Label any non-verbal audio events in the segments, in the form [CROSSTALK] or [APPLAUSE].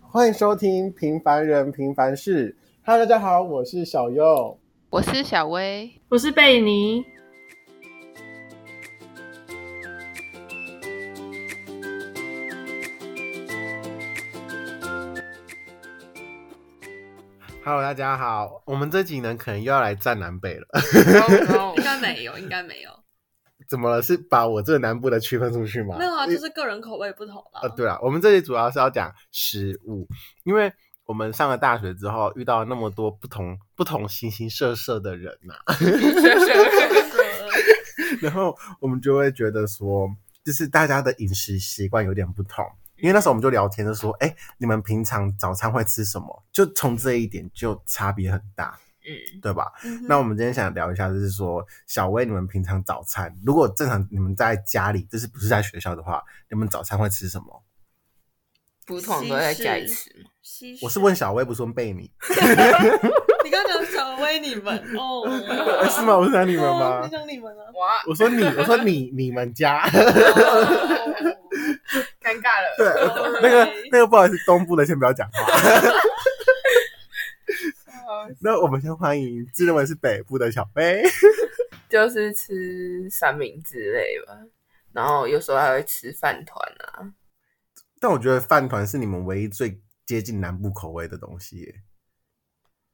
欢迎收听《平凡人平凡事》。Hello，大家好，我是小优。我是小薇，我是贝尼。 Hello，大家好。我们这集呢，可能又要来站南北了。 [LAUGHS] 哦应该没有，应该没有。怎么了？是把我这个南部的区分出去吗？没有啊，就是个人口味不同啦呃，。对啊，我们这里主要是要讲食物，因为我们上了大学之后，遇到那么多不同不同形形色色的人啊呐、然后我们就会觉得说，就是大家的饮食习惯有点不同。因为那时候我们就聊天，就说：“哎、你们平常早餐会吃什么？”就从这一点就差别很大，嗯，对 [LAUGHS] 吧？嗯哼那我们今天想聊一下，就是说，小薇，你们平常早餐如果正常你们在家里，就是不是在学校的话，你们早餐会吃什么？ [LAUGHS] 不同都在家里吃。西式我是问小薇，不是问贝尼，，[LAUGHS] 你刚刚讲小薇你们哦 [LAUGHS] 哎是吗？我是讲你们哦吗 [LAUGHS] 你？讲你们啊？哇，我说你，我说你，你们家尴尬了。对那个那个不好意思，东部的先不要讲话。那我们先欢迎自认为是北部的小薇。就是吃三明治类吧，然后有时候还会吃饭团啊。但我觉得饭团是你们唯一最接近南部口味的东西耶。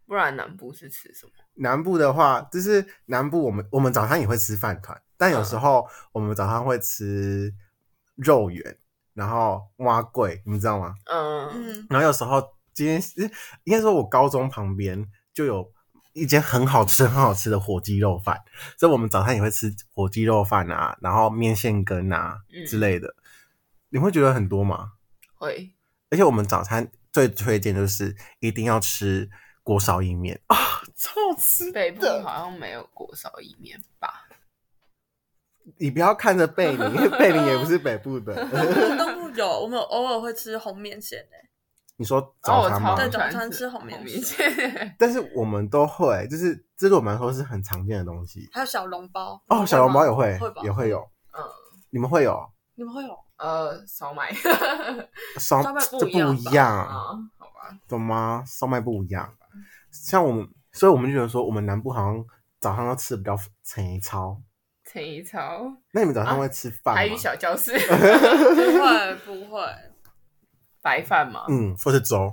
不然南部是吃什么？南部的话，就是南部我们我们早上也会吃饭团，但有时候我们早上会吃肉圆，然后蛙桂，你们知道吗？嗯，嗯，然后有时候今天是应该说，我高中旁边就有一间很好吃、很好吃的火鸡肉饭，所以我们早餐也会吃火鸡肉饭啊，然后面线羹啊嗯之类的。你会觉得很多吗？会而且我们早餐最推荐就是一定要吃锅烧意面啊，超好吃北部的！好像没有锅烧意面吧？你不要看着贝宁，因为贝宁也不是北部 [LAUGHS] 的。东部有，我们偶尔会吃红面线欸诶，你说然早后哦我餐超吗？对喜欢早餐吃红红面面线，但是我们都会，就是这对我们来说是很常见的东西。还有小笼包哦，小笼包也会会吧，也会有。嗯你们会有你们会有？呃，烧麦烧烧麦这不一样不吧一样，啊， [LAUGHS] 好吧，懂吗？烧麦不一样。像我们，所以我们就觉得说，我们南部好像早上要吃的比较陈一超。陈一超，那你们早上会吃饭吗？啊台语小教室，不会哦不会，白饭嘛，嗯，或是粥。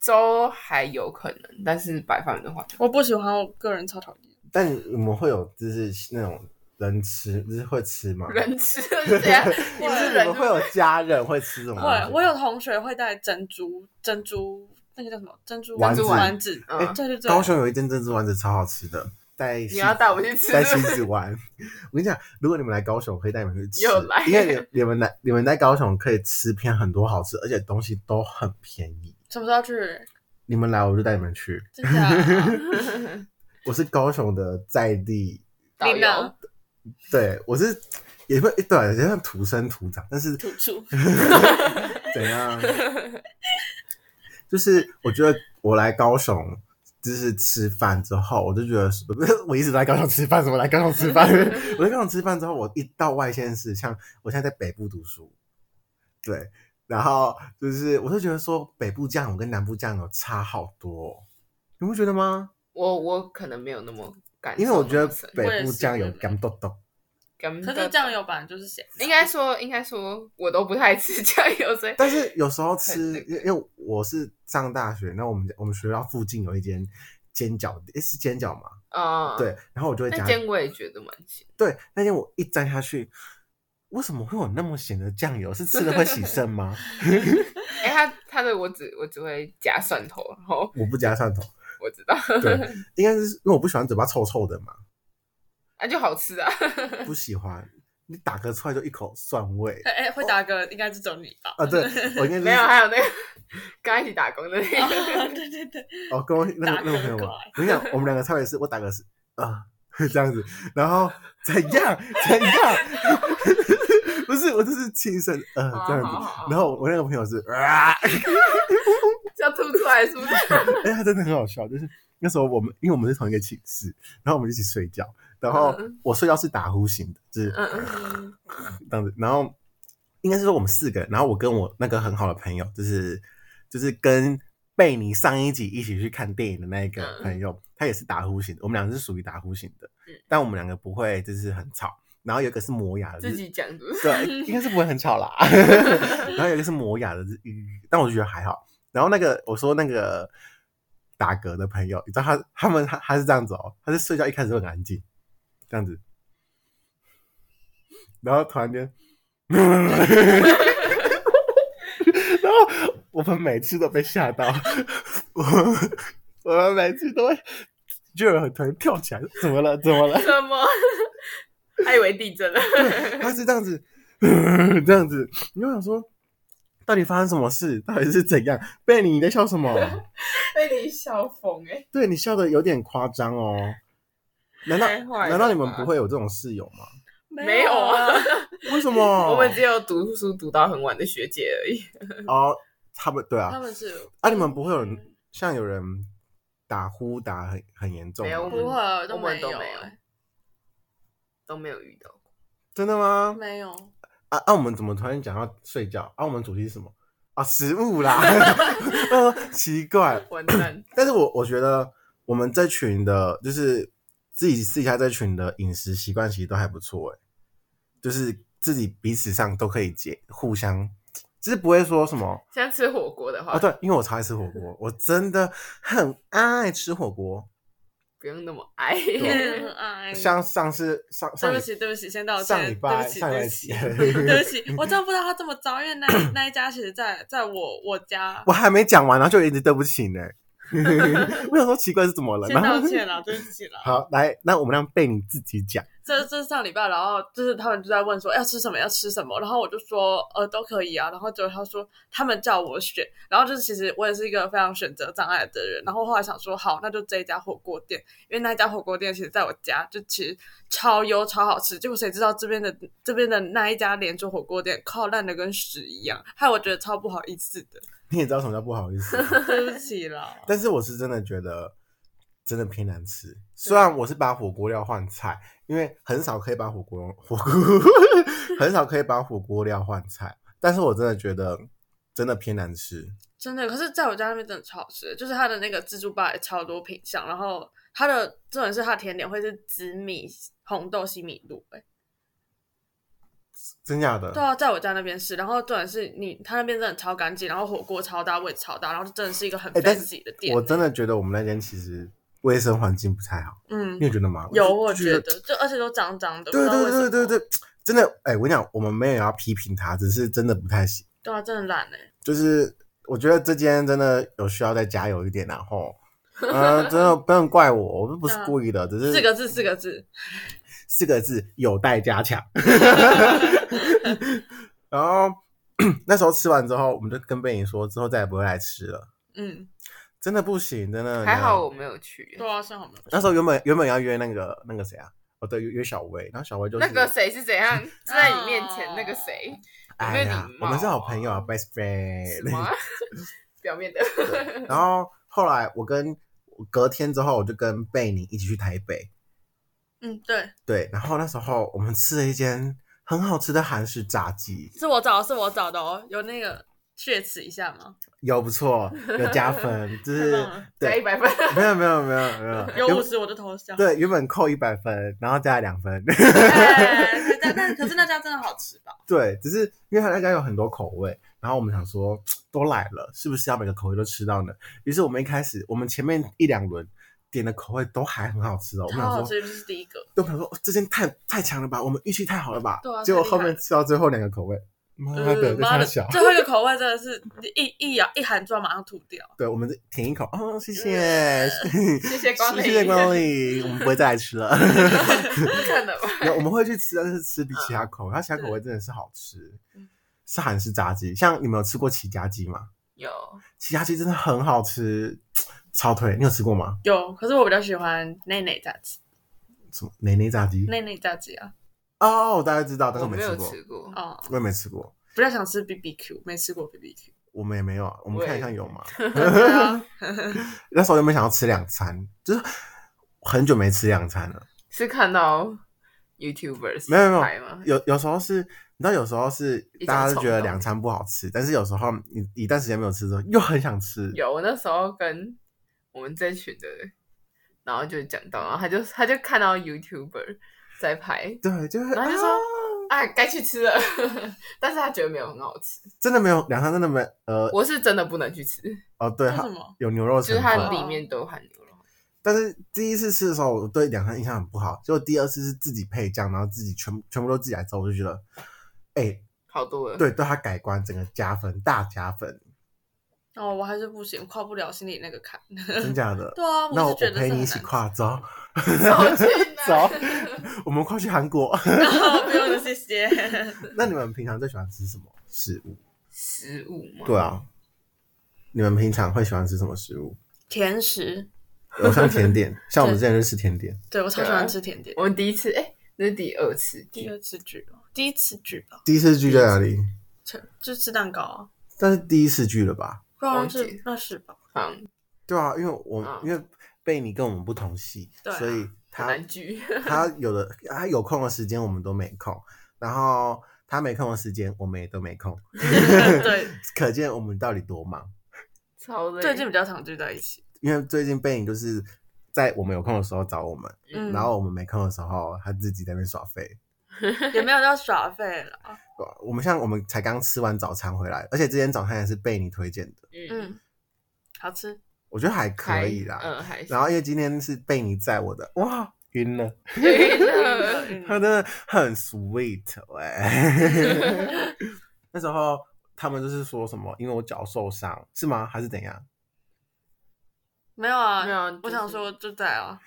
粥还有可能，但是白饭的话就我不喜欢，我个人超讨厌。但你们会有就是那种人吃，就是会吃吗？人吃这样，你就不是是你人们会有家人会吃这种东西？会，我有同学会带珍珠珍珠那个叫什么珍珠丸子丸子，嗯对对对，高雄有一间珍珠丸子超好吃的，在西你要带我去吃在西子湾。 [LAUGHS] 我跟你讲，如果你们来高雄，我可以带你们去吃又来，因为你你们来你们在高雄可以吃遍很多好吃，而且东西都很便宜。什么时候去？你们来我就带你们去。真的啊？ [LAUGHS] 我是高雄的在地，导你游呢对我是也会对，啊也像土生土长，但是土著，怎样？ [LAUGHS] 就是我觉得我来高雄，就是吃饭之后，我就觉得 [LAUGHS] 我一直来高雄吃饭，什么来高雄吃饭？ [LAUGHS] 我在高雄吃饭之后，我一到外县市，像我现在在北部读书，对，然后就是我就觉得说北部酱油跟南部酱油差好多哦、你不觉得吗？我我可能没有那么感受因那为我么觉得深，哎我北也部是酱油我也干豆豆，感可是酱油本来就是咸，应该说应该说我都不太吃酱油，所以但是有时候吃，很因为因为我是上大学，那我们我们学校附近有一间煎饺店，诶是煎饺嘛？[LAUGHS] 啊、对，，然后我就会那加间我也觉得蛮咸，对，那天我一沾下去，为什么会有那么咸的酱油？是吃了会洗肾吗？哎、他他的我只我只会加蒜头，然后我不加蒜头，我知道， [LAUGHS] 对，应该是因为我不喜欢嘴巴臭臭的嘛，啊就好吃啊，不喜欢。你打嗝出来就一口蒜味哎哎，会打嗝应该是只有你吧？哦 [LAUGHS] 啊！对，我应该、就是、没有啊还有那个刚一起打工的那个，对对对，哦，跟我那打个那个朋友嗝嘛怪，我跟你讲，我们两个差别是我打嗝是啊、这样子，然后怎样怎样， [LAUGHS] 不是我这是亲身呃 [LAUGHS] 这样子，哦好好好然后我那个朋友是啊。要吐出来是 [LAUGHS] 不是？哎，他真的很好笑，就是那时候我们，因为我们是同一个寝室，然后我们一起睡觉，然后嗯我睡觉是打呼型的，就是嗯嗯 [LAUGHS] 嗯，这样子，然后应该是说我们四个人，然后我跟我那个很好的朋友，就是就是跟贝尼上一集一起去看电影的那个朋友，他也是打呼型的，我们两个是属于打呼型的，嗯但我们两个不会就是很吵。然后有一个是磨牙的，就自是己讲的，对，应该是不会很吵啦。然后有一个是磨牙的，是吁吁但我就觉得还好。然后那个我说那个打嗝的朋友，你知道他他们他他是这样子哦，他是睡觉一开始会很安静，这样子，然后突然间， [LAUGHS] 然后我们每次都被吓到，我们我们每次都会就有人突然跳起来，怎么了？怎么了？什 [LAUGHS] 么？还以为地震了，他是这样子， [LAUGHS] 这样子，你就想说，到底发生什么事？到底是怎样？贝尼，你在笑什么？ [LAUGHS] [LAUGHS] 被你笑疯哎、对你笑的有点夸张哦。难道太坏了难道你们吧不会有这种室友吗？没有啊，为什么？ [LAUGHS] 我们只有读书读到很晚的学姐而已。哦，差不多对他啊。们是啊，你们不会有人像有人打呼打很很严重没有吗？我不们会都嗯我们没都有没有欸都没有遇到过。真的吗？没有，啊啊！我们怎么突然讲到睡觉？啊，我们主题是什么？啊，食物 [LAUGHS] 啦。 [LAUGHS] 呃，奇怪，完蛋，但是我我觉得我们这群的，就是自己私底下这群的饮食习惯，其实都还不错哎，就是自己彼此上都可以接互相，就是不会说什么像吃火锅的话，啊、对，因为我超爱吃火锅，我真的很爱吃火锅。不用那么矮。 [LAUGHS] 对很爱。像上次上上哎对礼不起，对不起，先道歉。上礼拜对不起，上礼对拜不起，几对不起，我真的不知道他这么早，因为那那一家其实在在我我 [LAUGHS] 家我。还没讲完，然后就一直对不起呢。 [LAUGHS] 我想说奇怪是怎么了，先然道后歉了，对不起了。 [LAUGHS] 好来，那我们让贝你自己讲。这这是上礼拜，然后就是他们就在问说要吃什么，要吃什么，然后我就说呃都可以啊，然后结果他说他们叫我选，然后就是其实我也是一个非常选择障碍的人，然后后来想说好，那就这一家火锅店，因为那一家火锅店其实在我家就其实超优超好吃，结果谁知道这边的这边的那一家连锁火锅店靠烂的跟屎一样，害我觉得超不好意思的，你也知道什么叫不好意思吗， [LAUGHS] 对不起啦，但是我是真的觉得真的偏难吃。虽然我是把火锅料换菜，因为很少可以把火锅用火锅 [LAUGHS] 很少可以把火锅料换菜，但是我真的觉得真的偏难吃。真的，可是在我家那边真的超好吃的，就是它的那个自助吧也超多品相，然后它的重点是它的甜点会是紫米红豆西米露、欸，真假的？对啊，在我家那边是，然后重点是你它那边真的超干净，然后火锅超大，味超大，然后就真的是一个很哎但是 fancy 的店、欸我真的觉得我们那间其实卫生环境不太好，嗯你，有觉得吗？有就我就觉得，就而且都脏脏的，对不知道对为什么对对对，真的，哎、我跟你讲，我们没有要批评他，只是真的不太行。对啊，真的烂哎、就是我觉得这间真的有需要再加油一点，然 [LAUGHS] 后，呃，真的不能怪我，我不是故意的，嗯只是四个字四个字，四个字有待加 [LAUGHS] 强。然后 [CLEARS THROAT] 那时候吃完之后，我们就跟贝影说，之后再也不会来吃了，嗯，真的不行，真的。 [LAUGHS] 还好我没有去。对啊，幸好没有。那时候原本原本要约那个那个谁啊，哦对，约约小薇，然后小薇就是那个谁是怎 [LAUGHS] 样就在你面前那个谁哎呀有没有礼，貌我们是好朋友啊，best friend。什么 [LAUGHS] 表面的， [LAUGHS] 然后后来我跟隔天之后，我就跟贝宁一起去台北，嗯，对，对，然后那时候我们吃了一间很好吃的韩式炸鸡，是我找的，是我找的哦，有那个血耻一下吗？有不错，有加分， [LAUGHS] 就太是棒了加对，一百 [LAUGHS] 分，没有没有没有没 [LAUGHS] 有，有原五十我就投降。对原本扣一百分，然后加了两分， [LAUGHS] [LAUGHS] 哎，那家但可是那家真的好吃吧？对，只是因为他那家有很多口味，然后我们想说都来了，是不是要每个口味都吃到呢？于是我们一开始，我们前面一两轮点的口味都还很好吃哦，我们超好想说。吃，就是第一个。都想说、哦、这间太太强了吧，我们运气太好了吧？对啊结果太厉后害面了呃吃到最后两个口味，妈的，这妈太的，小。最后一个口味真的是一一咬一含住马上吐掉。对，我们舔一口，哦，谢谢， [LAUGHS] 谢谢光临，谢谢光临，我们不会再来吃 [LAUGHS] 了。看的吧。没有我们会去吃，但是吃比其他口味，它其他口味真的是好吃嗯，是韩式炸鸡。像你们有吃过起家鸡吗？有起家鸡真的很好吃，超推。你有吃过吗？有，可是我比较喜欢内内炸鸡，什么奶奶炸鸡？内内炸鸡啊，哦，我大概知道，但是我我没没有吃过，吃过，哦，我也没吃过，比较想吃 B B Q，没吃过 B B Q。我们也没有啊。我们我也看一 [LAUGHS] 下有吗？ [LAUGHS] 对啊那时候原本想要吃两餐，就是很久没吃两餐了。是看到 YouTubers 没有没有拍吗？有有时候是你知道有时候是一种大家都冲觉得动两餐不好吃，但是有时候你一段时间没有吃之后又很想吃，有，我那时候跟我们这群的人，然后就讲到，然后他就他就看到 YouTuber 在拍，对，就是然后就啊说啊，该去吃了， [LAUGHS] 但是他觉得没有很好吃，真的没有两餐真的没呃我是真的不能去吃，哦对，为它什么？有牛肉嗯就成是它分，里面都含牛肉。但是第一次吃的时候我对两餐印象很不好，结果第二次是自己配酱，然后自己全部全部都自己来之后，我就觉得，哎、好多了，，对，对它改观整个加分大加分，哦，我还是不行，跨不了心里那个坎。。真假的 [LAUGHS] 对啊，那是我觉得陪是你很一起难跨走，走去哪走， [LAUGHS] 我们跨去韩国。 [LAUGHS] 不用了， [LAUGHS] 谢谢。那你们平常最喜欢吃什么食物？ [LAUGHS] 食物嘛，对，啊，你们平常会喜欢吃什么食物？甜食，有像甜点，像我们之前就吃甜点。对我超啊喜欢吃甜点。我们第一次，哎、那是第二次，第二次聚吧，第一次聚吧，第一次聚在哪里？吃就吃蛋糕啊，但是第一次聚了吧？不然忘记是那是 [LAUGHS] 吧？好对啊，因为我、嗯因为贝尼跟我们不同系，对啊所以很他难聚， [LAUGHS] 他有的他有空的时间我们都没空，然后他没空的时间我们也都没空，对，可见我们到底多忙。超累。嗯最近比较常聚在一起。因为最近贝尼就是在我们有空的时候找我们，嗯，然后我们没空的时候他自己在那边耍废。 [LAUGHS] 也没有要耍废了。对啊我们像我们才刚吃完早餐回来，而且这天早餐也是贝尼推荐的，嗯，嗯，好吃。我觉得还可还以啦。嗯，还然后因为今天是贝尼载我的，哇，晕了，嗯后他真的很 sweet [LAUGHS] 哎、那时候他们就是说什么，因为我脚受伤是吗？还是怎样？ [LAUGHS] 没有啊，没有啊就是嗯我想说就在啊，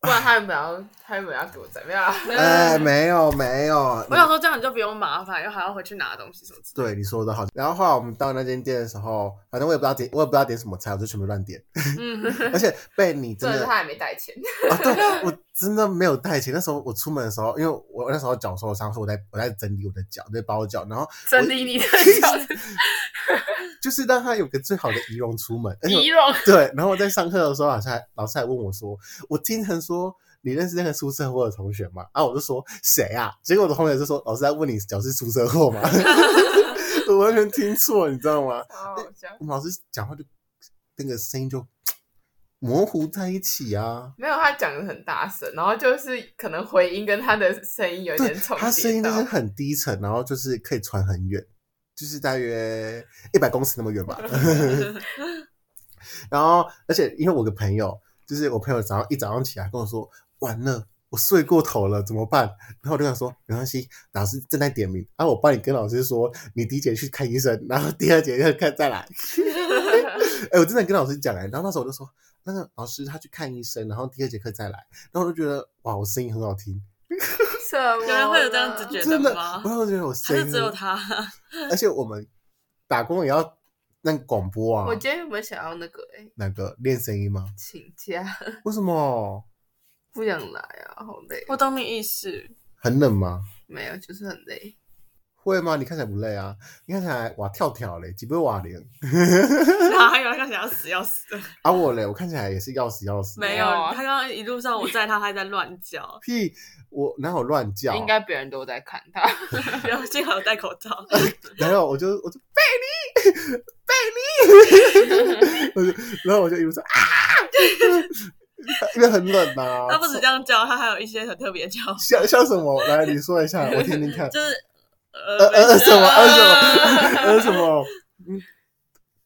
不然他有没有他有没有要给我宰？没有啊，哎、没有没有，我想说这样你就不用麻烦，又还要回去拿东西什么之类的。对你说的好。然后后来我们到那间店的时候，反正我也不知道点，我也不知道点什么菜，我就全部乱点。 [LAUGHS] 嗯，而且贝尼真真的的是他还没 [LAUGHS] 带钱， [LAUGHS] 啊，对我真的没有带钱。那时候我出门的时候，因为我那时候脚受伤，所以我在我在整理我的脚，在包脚，然后整理你的 [LAUGHS] 脚，就是让他有个最好的仪容出 [LAUGHS] 门。而且我仪容，对，然后我在上课的时候，老师还老师还问我说，我听成说你认识那个出车祸的同学吗？啊，我就说谁啊？结果我的同学就说，老师在问你脚是出车祸吗？ [LAUGHS] 我完全听错，你知道吗？好好笑。我们老师讲话就那个声音就模糊在一起啊。没有，他讲的很大声，然后就是可能回音跟他的声音有对点重叠到。他声音就是很低沉，然后就是可以传很远，就是大约一百公尺那么 [LAUGHS] 远吧。然后，而且因为我个朋友，就是我朋友早上一早上起来跟我说，完了。我睡过头了，怎么办？然后我就想说，没关系，老师正在点名，啊，我帮你跟老师说，你第一节去看医生，然后第二节要看再来。 [LAUGHS] 哎、我真的跟老师讲哎、然后那时候我就说，那个老师他去看医生，然后第二节课再来。然后我就觉得，哇，我声音很好听，什么？有人会有这样子觉真的得吗，我？就觉得我声还音是只有他？ [LAUGHS] 而且我们打工也要那个广播啊我，今天有没有想要那个哎，那个练声音吗？请假为什么不想来啊，好累。 [LAUGHS] 我懂你 [LAUGHS] 意思。很冷吗？没有，就是很累。会吗？你看起来不累啊，你看起来哇跳跳嘞，几杯瓦零，他还有他想要死要 [LAUGHS] 死的，啊我嘞，我看起来也是要死要死的，没没有有啊，他刚刚一路上我在他还在乱 [LAUGHS] 叫， [LAUGHS] 屁，我哪有乱叫？应该别人都在看他，然后幸好有戴口罩。没有，我就我就 [LAUGHS] 贝利 [LAUGHS] 贝利，我就然后我就一路说啊， [LAUGHS] 因为很冷呐、他不止这样叫，他还有一些很特别叫，像像什么？来，你说一下，我听听看。就是呃呃呃呃没事什么呃什么 [LAUGHS] 呃什么？嗯，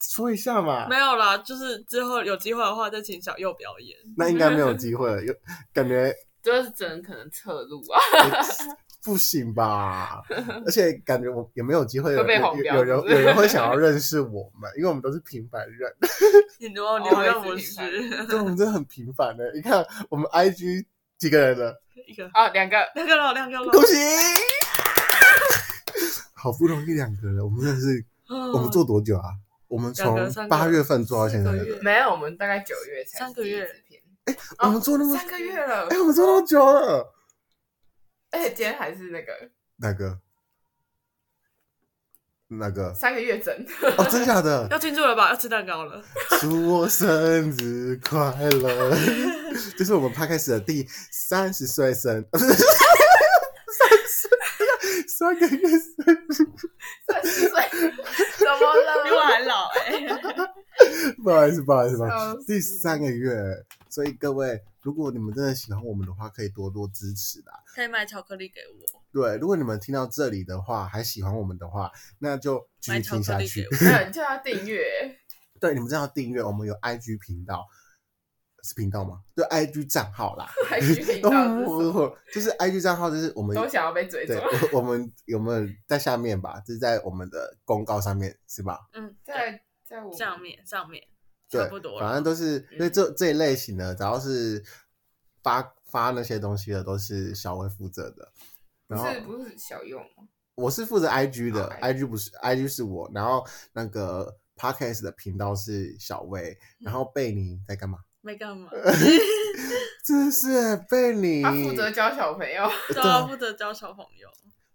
说一下嘛没。有啦，就是之后有机会的话再请小右表演。那应该没有机会了，有感觉呃就是只能可能侧录啊。 [LAUGHS] 不行吧？而且感觉我也没有机会有会被有黄标有人是不是有人会想要认识我们，因为我们都是平凡人，你哦，你哦好像我不也是平是对，我们真的很平凡的。你看我们 IG 几个人了， [LAUGHS] 一个啊，两个两个了，两个了。恭喜！ [LAUGHS] 好不容易两个人，我们真的是，我们做多久啊？我们从嗯两个三个八月份做到现在四个的月， [LAUGHS] 没有，我们大概九月才三个月第一支片，我们做那么三个月了。哎，我们做多久了？而哎且今天还是那个哪个？哪个？三个月整， [LAUGHS] 哦，真假的？要庆祝了吧？要吃蛋糕 [LAUGHS] 了。祝我生日快乐！这是我们 p 开始的第三十岁生，不是三十三个月生三十岁，怎么了？ [LAUGHS] 比我还老哎、不好意思，不好意思，不好笑意思，死第三个月，所以各位，如果你们真的喜欢我们的话，可以多多支持啦。可以买巧克力给我，对，如果你们听到这里的话，还喜欢我们的话，那就继续买巧听克下力给去我。。没有，你就要订阅。对，你们真的要订阅，我们有 IG 频道，是频道吗？对，IG 账号啦。还去频道是什么？ [LAUGHS] 就是 IG 账号，哦就是我们都想要被追踪对，，我我们有没有在下面吧？就是在我们的公告上面是吧？嗯，对，在在我上面上面对差不多反了。正都是嗯因为这这一类型的，只要是发发那些东西的，都是小薇负责的。不然后是不是小用吗？我是负责 IG 的、哦 i g 不是 IG 是我，然后那个 Podcast 的频道是小薇，嗯然后贝尼在干嘛？没干 [LAUGHS] 嘛，真是贝尼，他负责教小朋友，都要负责教小朋友。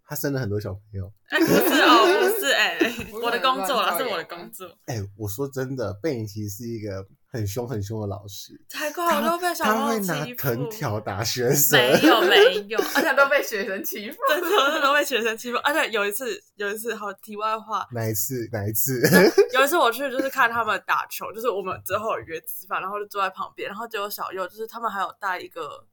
他生了很多小朋友。哎、不 [LAUGHS] 是哦，不是哎、不是我的工作啦，乱造是谣我的工作。哎、我说真的，贝尼其实是一个很凶很凶的老师，才怪我都被小他朋会友拿欺负。藤条打学生。没有没有， [LAUGHS] 而且都被学生欺负。 [LAUGHS] 真的都被学生欺负。而且有一次，有一次，好题外话，哪一次？哪一次？有一次我去就是看他们打球，就是我们之后有约吃饭，然后就坐在旁边，然后结果小右就是他们还有带一个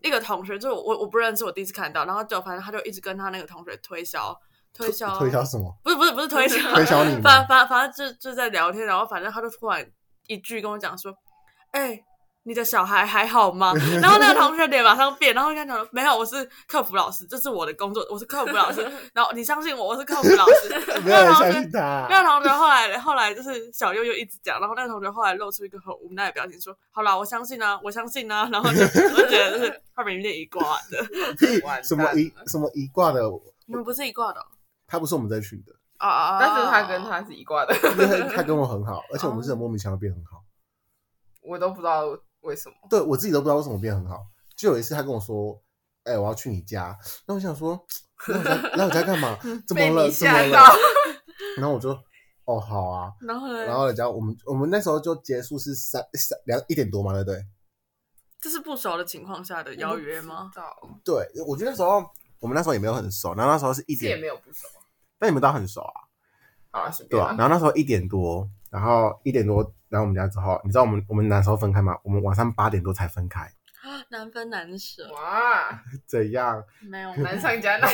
一个同学，就是我我不认识，我第一次看到，然后就反正他就一直跟他那个同学推销推 [LAUGHS] 销推销什么？不是不是不是推销推销 [LAUGHS] 你吗反反反正就就在聊天，然后反正他就突然一句跟我讲说：“哎、你的小孩还好 [LAUGHS] 吗？”然后那个同学脸马上变，然后跟他讲说：“没有，我是客服老师，这是我的工作，我是客服老 [LAUGHS] 师。然后你相信我，我是客服老师。没有人然后相呢信他、那个同学后来 [LAUGHS] 后来就是小优又一直讲，然后那个同学后来露出一个很无奈的表情，说：“好啦，我相信啊，我相信啊。”然后就我就觉得就是他明明一挂的，屁完蛋什么一什么一挂的， [LAUGHS] 你们不是一挂的哦他不是我们这群的，啊啊！啊但是他跟他是一挂的，因为他跟我很好，而且我们是很莫名其妙变很好。 [LAUGHS] 我都不知道为什么。对我自己都不知道为什么变很好。就有一次他跟我说：“哎、我要去你家。”那我想说：“来我家来我家干嘛？怎么嗯被了？你怎么吓了到？” [LAUGHS] 然后我就：“哦，好啊。”然嗯后呢？然后人家我们我们那时候就结束是三三两一点多嘛，对不对？这是不熟的情况下的邀约吗？？对，我觉得那时候我们那时候也没有很熟，然后那时候是一这也点，没有不熟但你们倒很熟啊。啊，随对便吧、啊。然后那时候一点多，然后一点多来我们家之后，你知道我们我们哪时候分开吗？我们晚上八点多才分开， [LAUGHS] 难分难舍，哇，怎样？[LAUGHS] 没有难上加难。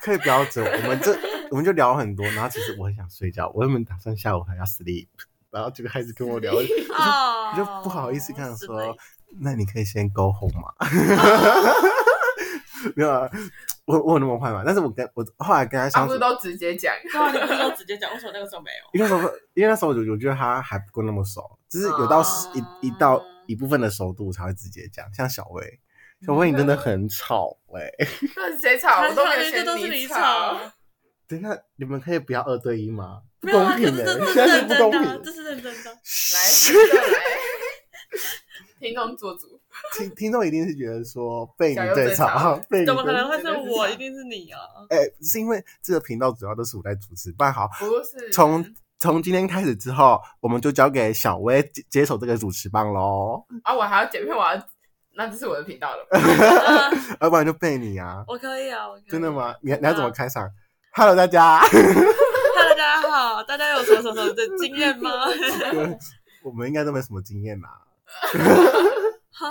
可以不要走，我们这我们就聊很多。然后其实我很想睡觉，我原本打算下午还要 sleep，然后结果孩子跟我聊， [LAUGHS] 我哦就不好意思跟他 [LAUGHS] 说，那你可以先 go home 吗？ [LAUGHS] 没有、啊，我我有那么坏嘛？但是我跟我后来跟他他相啊不处是，都直接讲，对啊，你不是都直接讲，为什么那个时候没有？因为那时候因为那时候我就我觉得他还不够那么熟，就是有到一、一到一部分的熟度才会直接讲，像小薇。小薇，你真的很吵哎、那是谁吵？ [LAUGHS] 我都没有这嫌都是你吵。 [LAUGHS] 吵，等一下，你们可以不要二对一吗？不没有公啊，平可是哎、这都现是在是认不真公的啊，平。这是认真的。来，听众来，听众做主。听听众一定是觉得说被你小优最最吵吵，被你怎么可最能会是我？这都是吵一定是你啊！哎、是因为这个频道主要都是我在主持。不然好，不 [LAUGHS] 是从从今天开始之后，我们就交给小薇接接手这个主持棒喽，啊，我还要剪片，我要，那这是我的频道了。啊要不然就被你啊。我可以啊，我可以真的？ [LAUGHS] 吗？你你要怎么开场？Hello，大家， Hello，大家好，大家有什么什么什么的经验 [LAUGHS] 吗？我们应该都没什么经验啦。哈，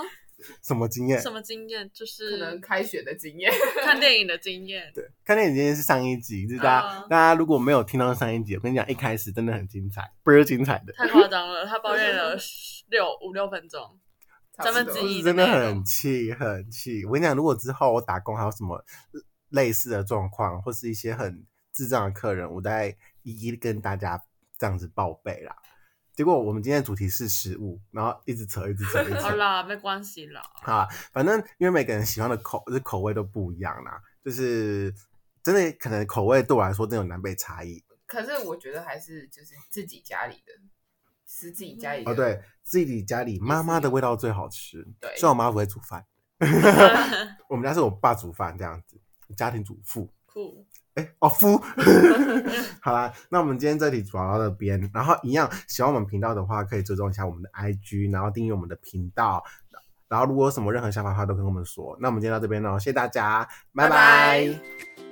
什么经验？什么经验？就可能是开学的经验，看电影的经验。对，看电影今天是上一集，就是大家、啊大家如果没有听到上一集，我跟你讲，一开始真的很精彩，不是精彩的，太夸张了，他抱怨了六五六分钟，差不咱们多自己真的很气很气。我跟你讲，如果之后我打工还有什么类似的状况，或是一些很智障的客人，我再一一跟大家这样子报备啦。结果我们今天的主题是食物，然后一直扯，一直扯，一直扯。好 [LAUGHS] 啦，没关系啦。啊，反正因为每个人喜欢的口就是口味都不一样啦，就是真的可能口味对我来说真的有南北差异可是我觉得还是就是自己家里的，是自己家里的。哦。对自己家里妈妈的味道最好吃，对虽然我妈不会煮 [LAUGHS] 饭，我们家是我爸煮饭这样子，家庭主妇。酷，哎、哦 [LAUGHS] 夫，好啦，那我们今天这里主要到这边，然后一样喜欢我们频道的话，可以追踪一下我们的 IG，然后订阅我们的频道，然后如果有什么任何想法的话，都跟我们说。那我们今天到这边喽，谢谢大家，拜拜拜拜